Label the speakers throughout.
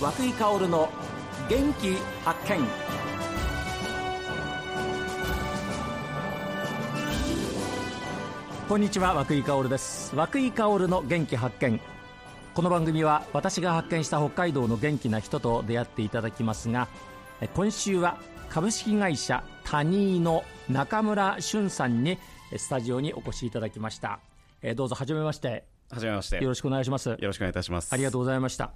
Speaker 1: 松井香織の元気発見こんにちは和久井香織です和久井香織の元気発見この番組は私が発見した北海道の元気な人と出会っていただきますがえ今週は株式会社タニーの中村俊さんにえスタジオにお越しいただきましたえどうぞ初めまして
Speaker 2: はじめまして。
Speaker 1: よ
Speaker 2: よ
Speaker 1: ろしくお願いします
Speaker 2: ろしくお願いいたします。
Speaker 1: ありがとうございました。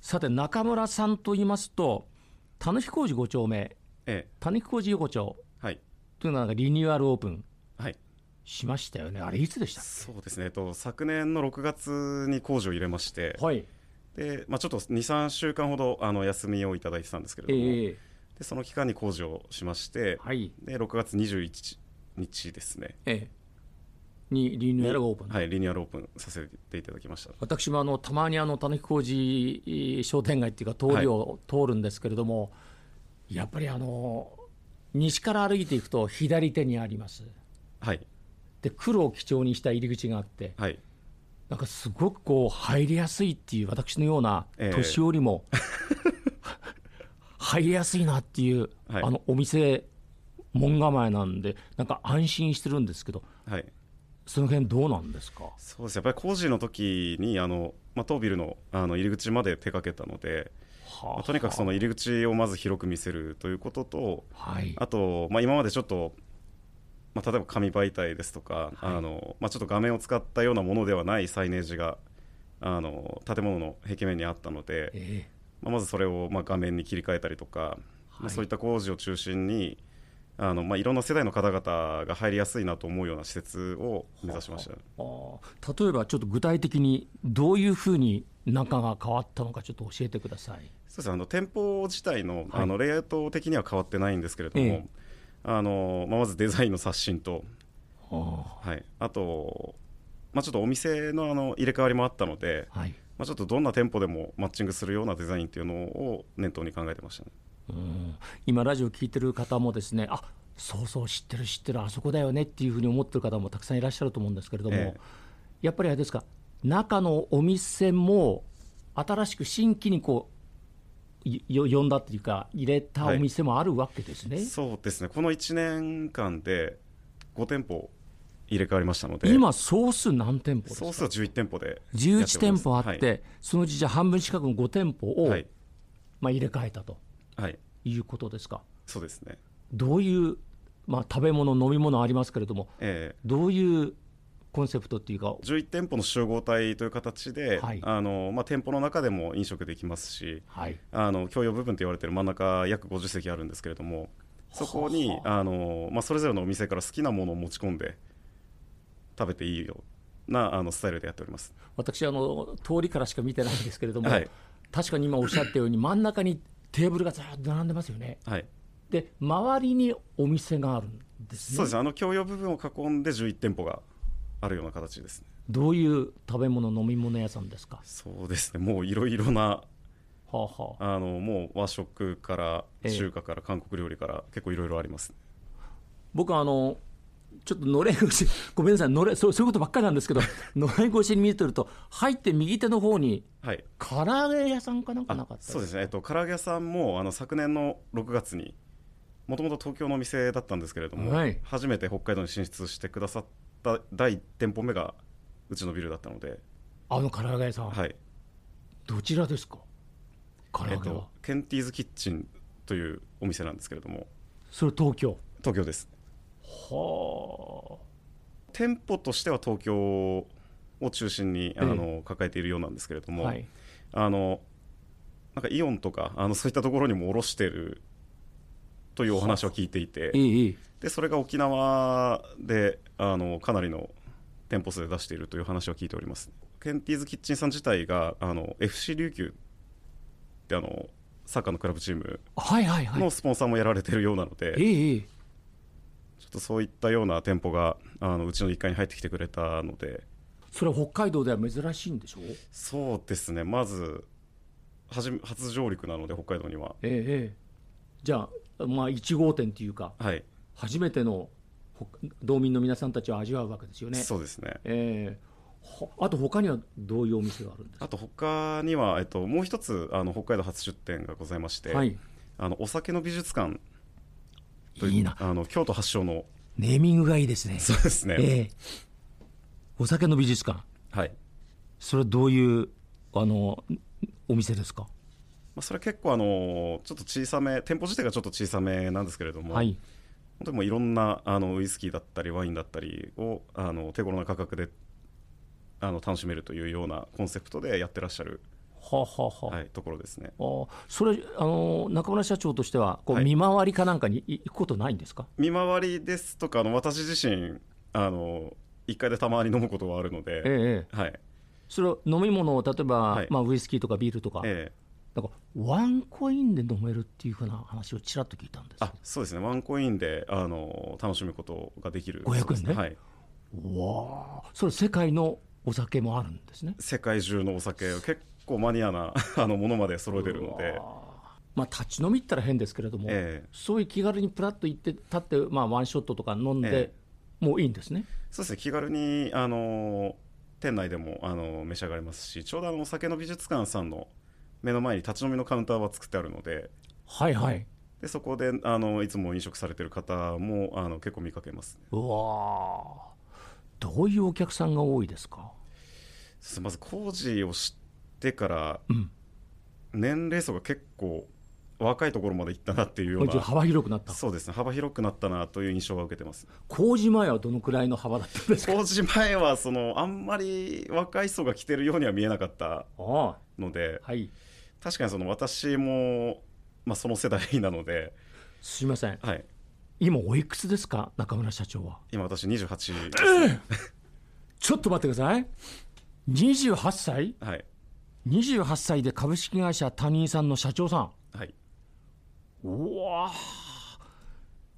Speaker 1: さて、中村さんと言いますと、田主浩二5丁目、
Speaker 2: え
Speaker 1: 田主浩二横丁
Speaker 2: え、はい。
Speaker 1: というのはなんかリニューアルオープン
Speaker 2: はい。
Speaker 1: しましたよね。あれ、いつでしたっ
Speaker 2: そうですね。えっと、昨年の6月に工事を入れまして
Speaker 1: け、はい。
Speaker 2: で、まあ、ちょっと2、3週間ほど、あの、休みをいただいてたんですけれども、
Speaker 1: ええ
Speaker 2: で、その期間に工事をしまして、
Speaker 1: はい。
Speaker 2: で、6月21日ですね。
Speaker 1: ええにリニューアルオープン。
Speaker 2: はい、リニューアルオープンさせていただきました。
Speaker 1: 私もあのたまにあの田主浩二えー商店街っていうか通りを通るんですけれども、やっぱりあの西から歩いていくと左手にあります
Speaker 2: はい。
Speaker 1: で黒を基調にした入り口があって、
Speaker 2: はい。
Speaker 1: なんかすごくこう入りやすいっていう私のような
Speaker 2: ええ
Speaker 1: 年寄り も、入りやすいなっていう、
Speaker 2: はい
Speaker 1: あのお店門構えなんでなんか安心してるんですけど
Speaker 2: はい。
Speaker 1: その辺どうなんですか
Speaker 2: そうです。やっぱり工事の時に、あの、まあ、当ビルの、あの、入り口まで手掛けたので、まあとにかくその入り口をまず広く見せるということと、
Speaker 1: はい
Speaker 2: あと、まあ、今までちょっと、まあ、例えば紙媒体ですとか、あのまあ、ちょっと画面を使ったようなものではないサイネージがあの建物の壁面にあったので、
Speaker 1: え
Speaker 2: まあ、まずそれをまあ画面に切り替えたりとか、まあ、そういった工事を中心にあの、まあ、いろんな世代の方々が入りやすいなと思うような施設を目指しました。
Speaker 1: えあー例えばちょっと具体的にどういうふうに中が変わったのかちょっと教えてください
Speaker 2: そうですねあの店舗自体の,、あのレイアウト的には変わってないんですけれども、
Speaker 1: ええ
Speaker 2: あのまあ、まずデザインの刷新と、
Speaker 1: あ
Speaker 2: はい、あと、まあ、ちょっとお店のあの入れ替わりもあったので、
Speaker 1: ーはい
Speaker 2: まあ、ちょっとどんな店舗でもマッチングするようなデザインっていうのを念頭に考えてましたね。
Speaker 1: うん今ラジオ聞いてる方もですねあそうそう知ってる知ってるあそこだよねっていうふうに思ってる方もたくさんいらっしゃると思うんですけれども、
Speaker 2: ええ
Speaker 1: やっぱりあれですか中のお店も新しく新規にこういよ呼んだっていうか入れたお店もあるわけですね、
Speaker 2: そうですねこの1年間で5店舗入れ替わりましたので
Speaker 1: 今総数何店舗ですか
Speaker 2: 総数は11店舗でやっております
Speaker 1: 11店舗あって、
Speaker 2: はい
Speaker 1: そのうちじゃあ半分近くの5店舗を、
Speaker 2: はい
Speaker 1: まあ、入れ替えたと
Speaker 2: はい
Speaker 1: いうことですか
Speaker 2: そうですね
Speaker 1: どういう、まあ、食べ物飲み物ありますけれども
Speaker 2: ええ
Speaker 1: どういうコンセプトっていうか、
Speaker 2: 11店舗の集合体という形で、
Speaker 1: はい
Speaker 2: あのまあ、店舗の中でも飲食できますし、
Speaker 1: はい、
Speaker 2: あの共用部分と言われてる真ん中約50席あるんですけれどもそこにあの、まあ、それぞれのお店から好きなものを持ち込んで食べていいようなあのスタイルでやっております
Speaker 1: 私あの、通りからしか見てないんですけれども、
Speaker 2: はい
Speaker 1: 確かに今おっしゃったように、真ん中にテーブルがずらっと並んでますよね、
Speaker 2: はい
Speaker 1: で周りにお店があるんですね、
Speaker 2: そうですねあの共用部分を囲んで11店舗があるような形ですね
Speaker 1: どういう食べ物、飲み物屋さんですか、
Speaker 2: そうですねもういろいろな
Speaker 1: はあはあ
Speaker 2: あのもう和食から
Speaker 1: ええ
Speaker 2: 中華から韓国料理から結構いろいろあります、
Speaker 1: 僕はあの、ちょっとのれん越し、 ごめんなさい、のれそうそういうことばっかりなんですけど、のれん越しに見てると、入って右手の方に、
Speaker 2: はい
Speaker 1: 唐揚げ屋さんかなんか
Speaker 2: あ
Speaker 1: なかった
Speaker 2: そうですね、えっと、唐揚げ屋さんもあの昨年の6月にもともと東京のお店だったんですけれども、
Speaker 1: はい
Speaker 2: 初めて北海道に進出してくださった第1店舗目がうちのビルだったので、
Speaker 1: あの唐揚げ屋さん、
Speaker 2: はい
Speaker 1: どちらですか、唐揚
Speaker 2: え
Speaker 1: げ
Speaker 2: っ
Speaker 1: は、
Speaker 2: と、ケンティーズキッチンというお店なんですけれども
Speaker 1: それ東京。
Speaker 2: 東京です
Speaker 1: は
Speaker 2: 店舗としては東京を中心にあの、抱えているようなんですけれど
Speaker 1: あ、
Speaker 2: も、
Speaker 1: はい、
Speaker 2: あのなんかイオンとかあのそういったところにも卸しているというお話を聞いていて。
Speaker 1: いいいい
Speaker 2: でそれが沖縄であのかなりの店舗数で出しているという話を聞いておりますケンティーズキッチンさん自体があの FC 琉球ってあのサッカーのクラブチーム
Speaker 1: はいはいはい
Speaker 2: のスポンサーもやられてるようなので、
Speaker 1: い
Speaker 2: ちょ
Speaker 1: いいい
Speaker 2: っとそういったような店舗があのうちの1階に入ってきてくれたので
Speaker 1: それは北海道では珍しいんでしょう
Speaker 2: そうですねまずはじめ初上陸なので北海道には
Speaker 1: ええええじゃあまあ1号店というか
Speaker 2: はい、
Speaker 1: 初めての北道民の皆さんたちを味わうわけですよね
Speaker 2: そうですね
Speaker 1: ええほあと他にはどういうお店があるんですか
Speaker 2: あと他には、えっと、もう一つあの北海道初出店がございまして、
Speaker 1: はい
Speaker 2: あのお酒の美術館という
Speaker 1: いいな
Speaker 2: あの京都発祥の
Speaker 1: ネーミングがいいですね
Speaker 2: そうですね、
Speaker 1: ええお酒の美術館
Speaker 2: はい
Speaker 1: それはどういうあのお店ですか
Speaker 2: まあ、それは結構あのちょっと小さめ店舗自体がちょっと小さめなんですけれども、
Speaker 1: はい
Speaker 2: 本当にもういろんなあのウイスキーだったりワインだったりをあの手頃な価格であの楽しめるというようなコンセプトでやってらっしゃる、
Speaker 1: はあはあはあ、
Speaker 2: はい、ところですね
Speaker 1: あーそれあの中村社長としてはこう
Speaker 2: はい
Speaker 1: 見回りかなんかにい行くことないんですか、
Speaker 2: 見回りですとかあの私自身あの1回でたまに飲むことはあるので、
Speaker 1: ええええ
Speaker 2: はい
Speaker 1: それは飲み物を例えば、
Speaker 2: はい
Speaker 1: まあ、ウイスキーとかビールとか、
Speaker 2: ええ
Speaker 1: なんかワンコインで飲めるっていうふうな話をちらっと聞いたんです
Speaker 2: あそうですねワンコインであの楽しむことができる
Speaker 1: 500円ね
Speaker 2: そうですはい、
Speaker 1: わあそれ世界のお酒もあるんですね
Speaker 2: 世界中のお酒を結構マニアな あのものまで揃えてるので、
Speaker 1: まあ立ち飲みったら変ですけれども、
Speaker 2: ええ
Speaker 1: そういう気軽にプラッと行って立って、まあ、ワンショットとか飲んで、
Speaker 2: え
Speaker 1: もういいんですね
Speaker 2: そうですね気軽にあの店内でもあの召し上がれますしちょうどあのお酒の美術館さんの目の前に立ち飲みのカウンターは作ってあるので
Speaker 1: はいはい
Speaker 2: でそこであのいつも飲食されてる方もあの結構見かけますね、
Speaker 1: うわあどういうお客さんが多いですか
Speaker 2: そうですねまず工事をしてから
Speaker 1: うん
Speaker 2: 年齢層が結構若いところまで行ったなっていうよ
Speaker 1: も
Speaker 2: う
Speaker 1: う一度
Speaker 2: な
Speaker 1: 幅広くなった
Speaker 2: そうですね幅広くなったなという印象は受けてます
Speaker 1: 工事前はどのくらいの幅だったんですか
Speaker 2: 工事前はそのあんまり若い層が来てるようには見えなかった
Speaker 1: あ
Speaker 2: ので
Speaker 1: あはい
Speaker 2: 確かにその私も、まあ、その世代なのです
Speaker 1: みません
Speaker 2: はい、
Speaker 1: 今おいくつですか中村社長は
Speaker 2: 今私28です、ね
Speaker 1: ちょっと待ってください28歳
Speaker 2: はい
Speaker 1: 28歳で株式会社他人さんの社長さん
Speaker 2: はい、
Speaker 1: うわあ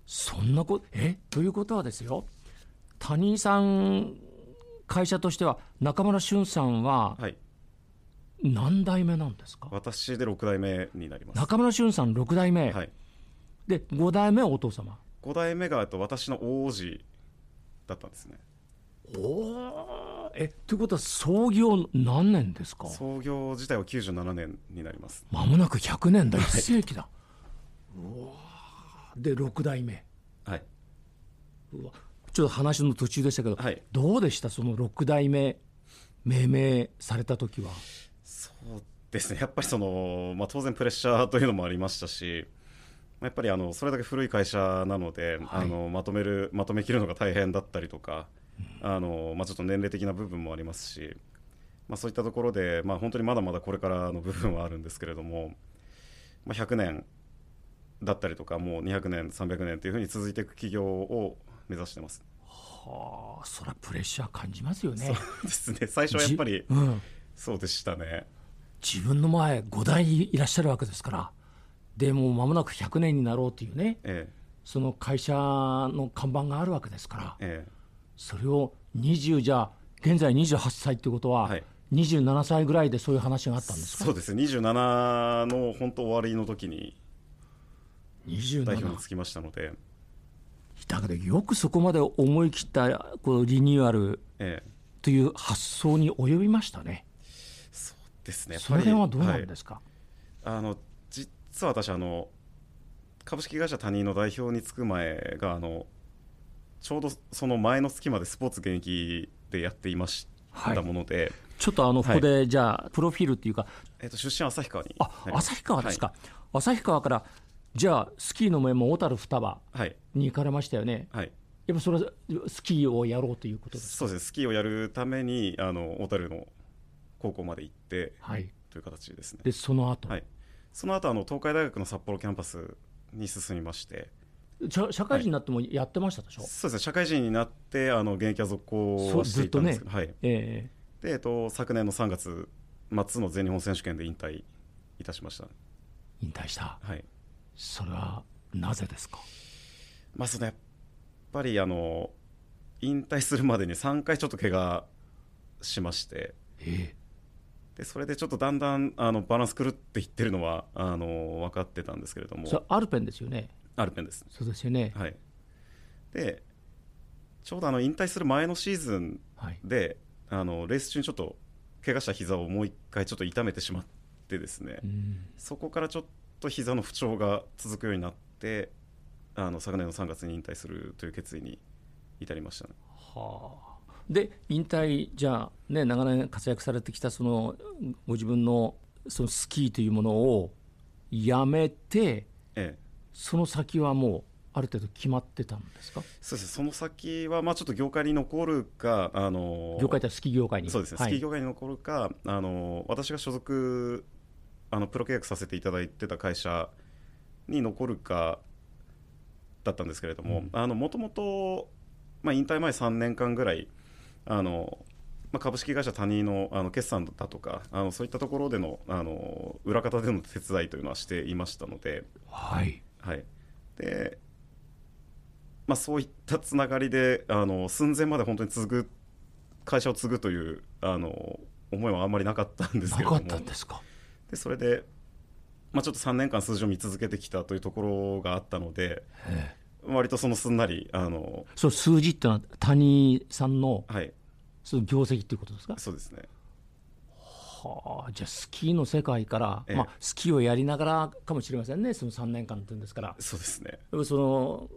Speaker 1: そんなことえということはですよ谷井さん会社としては中村俊さんは
Speaker 2: はい、
Speaker 1: 何代目なんですか、
Speaker 2: 私で6代目になります、
Speaker 1: 中村俊さん6代目、
Speaker 2: はい、
Speaker 1: で5代目はお父様
Speaker 2: 5代目がえっと私の王子だったんですね
Speaker 1: おえということは創業何年ですか
Speaker 2: 創業自体は97年になります
Speaker 1: まもなく100年代1世紀だ、うわあで6代目
Speaker 2: はい、
Speaker 1: うわちょっと話の途中でしたけど、
Speaker 2: はい
Speaker 1: どうでしたその6代目命名された時は
Speaker 2: そうですねやっぱりその、まあ、当然プレッシャーというのもありましたしまあやっぱりあのそれだけ古い会社なので、
Speaker 1: はい
Speaker 2: あのまとめるまとめきるのが大変だったりとか、あのまあ、ちょっと年齢的な部分もありますし、まあ、そういったところで、まあ、本当にまだまだこれからの部分はあるんですけれども、まあ、100年だったりとかもう200年300年というふうに続いていく企業を目指してます。
Speaker 1: はあそりゃプレッシャー感じますよね
Speaker 2: ですね最初はやっぱり
Speaker 1: じうん、
Speaker 2: そうでしたね。
Speaker 1: 自分の前5代いらっしゃるわけですからでもう間もなく100年になろうというね
Speaker 2: え
Speaker 1: その会社の看板があるわけですから
Speaker 2: ええ
Speaker 1: それを20じゃあ現在28歳ってことは、
Speaker 2: はい
Speaker 1: 27歳ぐらいでそういう話があったんですか
Speaker 2: そうですね27の本当終わりの時に代表に
Speaker 1: 27
Speaker 2: つきましたので、
Speaker 1: だけどよくそこまで思い切ったこうリニューアル
Speaker 2: ええ、
Speaker 1: という発想に及びましたね
Speaker 2: そうですねやっ
Speaker 1: そ
Speaker 2: ぱ
Speaker 1: の
Speaker 2: り
Speaker 1: 辺はどうなん
Speaker 2: は
Speaker 1: で
Speaker 2: い
Speaker 1: すか、
Speaker 2: あの実は私あの株式会社他人の代表につく前があのちょうどその前の月までスポーツ現役でやっていまし
Speaker 1: はい
Speaker 2: たもので、
Speaker 1: ちょっとあのここでじゃあプロフィールっていうか
Speaker 2: えっと出身は旭川に
Speaker 1: あ、旭川ですか、旭川から、じゃあ、スキーの名門、小樽双葉
Speaker 2: はい
Speaker 1: に行かれましたよね、
Speaker 2: はい、はい、
Speaker 1: やっぱそれはスキーをやろうということです。
Speaker 2: そうですねスキーをやるためにあの小樽の高校まで行って
Speaker 1: はい、
Speaker 2: という形ですね
Speaker 1: で、その後、
Speaker 2: はい、その後あの東海大学の札幌キャンパスに進みまして
Speaker 1: 社社会人になってもやってましたでしょ、
Speaker 2: そうですね社会人になってあの現役は続行
Speaker 1: そう
Speaker 2: はしていたんですけど、はい
Speaker 1: え
Speaker 2: でえっと、昨年の3月末の全日本選手権で引退いたしました、
Speaker 1: え引退した、
Speaker 2: はい
Speaker 1: それはなぜですか、
Speaker 2: まあ、そのやっぱりあの引退するまでに3回ちょっと怪我しまして
Speaker 1: え
Speaker 2: でそれでちょっとだんだんあのバランス狂っていってるのはあの分かってたんですけれど
Speaker 1: え
Speaker 2: も
Speaker 1: それアルペンですよね、
Speaker 2: アルペンです
Speaker 1: そうですよね、
Speaker 2: はい、でちょうどあの引退する前のシーズン
Speaker 1: はい、
Speaker 2: であのレース中にちょっと怪我した膝をもう一回ちょっと痛めてしまってですね、
Speaker 1: うん
Speaker 2: そこからちょっと膝の不調が続くようになってあの昨年の3月に引退するという決意に至りましたね。
Speaker 1: はあで引退じゃあね長年活躍されてきたそのご自分のそのスキーというものをやめて
Speaker 2: ええ
Speaker 1: その先はもうある程度決まってたんですか
Speaker 2: そうですねその先は、まあ、ちょっと業界に残るか、あの
Speaker 1: 業界とはスキー業界に
Speaker 2: そうですね、
Speaker 1: はい
Speaker 2: スキー業界に残るか、あの私が所属あのプロ契約させていただいてた会社に残るかだったんですけれども、あのもともと、まあ、引退前3年間ぐらいあの、まあ、株式会社他人のあの決算だとかあのそういったところでのあの裏方での手伝いというのはしていましたので。
Speaker 1: はい
Speaker 2: はい、で、まあ、そういったつながりであの寸前まで本当に継ぐ会社を継ぐというあの思いはあんまりなかったんです
Speaker 1: な
Speaker 2: けれども
Speaker 1: かったんですか
Speaker 2: でそれで、まあ、ちょっと3年間数字を見続けてきたというところがあったので
Speaker 1: ええ
Speaker 2: 割とそのすんなりあの、
Speaker 1: その数字ってのは谷井さんの
Speaker 2: はい、
Speaker 1: その業績っていうことですか
Speaker 2: そうですね
Speaker 1: はあじゃあスキーの世界から、
Speaker 2: ええ
Speaker 1: まあ、スキーをやりながらかもしれませんねその3年間っていうんですから
Speaker 2: そうですね
Speaker 1: その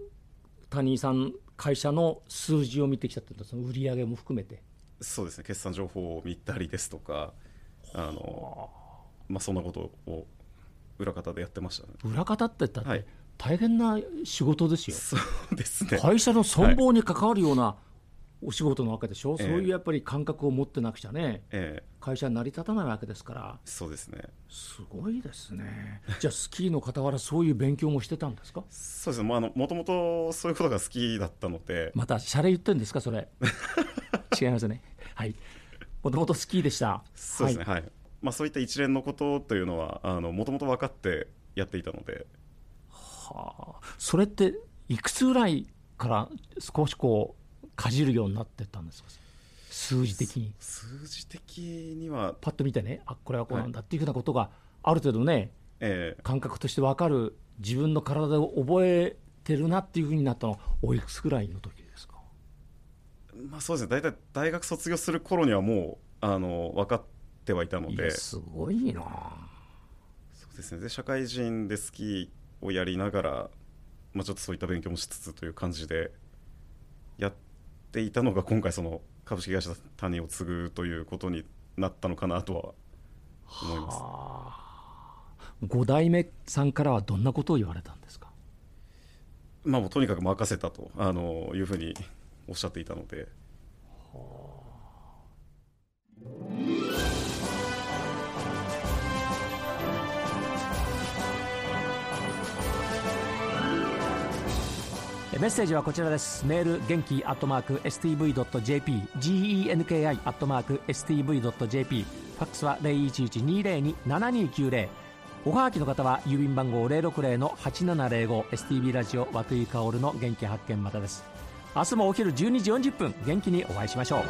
Speaker 1: 谷井さん会社の数字を見てきたっていうのはその売り上げも含めて
Speaker 2: そうですね決算情報を見たりですとかあの、まあ、そんなことを裏方でやってましたね。
Speaker 1: 裏方って言ったっ
Speaker 2: は
Speaker 1: て
Speaker 2: い
Speaker 1: 大変な仕事ですよ、
Speaker 2: そうですね
Speaker 1: 会社の存亡に関わるようなお仕事なわけでしょ、
Speaker 2: ええ
Speaker 1: そういうやっぱり感覚を持ってなくちゃね
Speaker 2: ええ
Speaker 1: 会社は成り立たないわけですから
Speaker 2: そうですね
Speaker 1: すごいです ねじゃあスキーの傍らそういう勉強もしてたんですか
Speaker 2: そうですね、まあ、あのもともとそういうことが好きだったので、
Speaker 1: またシャレ言ってんですかそ れ違いますねはいもともとスキーでした
Speaker 2: そうですね、
Speaker 1: はい、
Speaker 2: はいまあ、そういった一連のことというのは、もともと分かってやっていたので、
Speaker 1: はあそれっていくつぐらいから少しこうかじるようになってったんですか数字的に
Speaker 2: 数字的には、
Speaker 1: パッと見てねあこれはこうなんだっていうふうなことがある程度ね
Speaker 2: ええ
Speaker 1: 感覚として分かる自分の体を覚えてるなっていうふうになったのはおいくつぐらいの時ですか
Speaker 2: まあ、そうですね、大体大学卒業する頃にはもうあの分かってはいたの
Speaker 1: い
Speaker 2: で
Speaker 1: やすごいな
Speaker 2: そうです、ね、で社会人でスキーをやりながら、まあ、ちょっとそういった勉強もしつつという感じでやっていたのが、今回、その株式会社他人を継ぐということになったのかなとは思います。
Speaker 1: 5代目さんからはどんなことを言われたんですか
Speaker 2: まあ、もうとにかく任せたとあのいうふうにおっしゃっていたので、
Speaker 1: えメッセージはこちらですメール元気アットマーク STV.jp genki アットマーク STV.jp ファックスは0112027290おはがきの方は郵便番号 060-8705STV ラジオ和久井薫の元気発見またです明日もお昼12時40分元気にお会いしましょう